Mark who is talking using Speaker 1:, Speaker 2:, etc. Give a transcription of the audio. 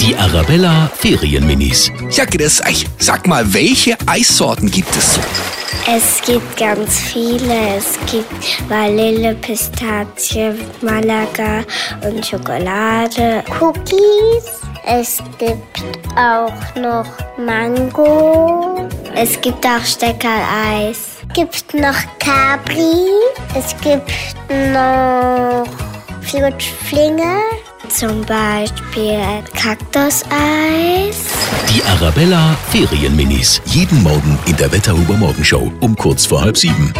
Speaker 1: Die Arabella Ferienminis.
Speaker 2: Ja, grüß euch. Sag mal, welche Eissorten gibt es so?
Speaker 3: Es gibt ganz viele. Es gibt Vanille, Pistazie, Malaga und Schokolade.
Speaker 4: Cookies. Es gibt auch noch Mango.
Speaker 3: Es gibt auch Steckerleis.
Speaker 4: Es gibt noch Capri. Es gibt noch Flutschflinge.
Speaker 3: Zum Beispiel Kaktuseis.
Speaker 1: Die Arabella Ferienminis.
Speaker 2: Jeden Morgen in der Wetterhuber Morgenshow um kurz vor halb sieben.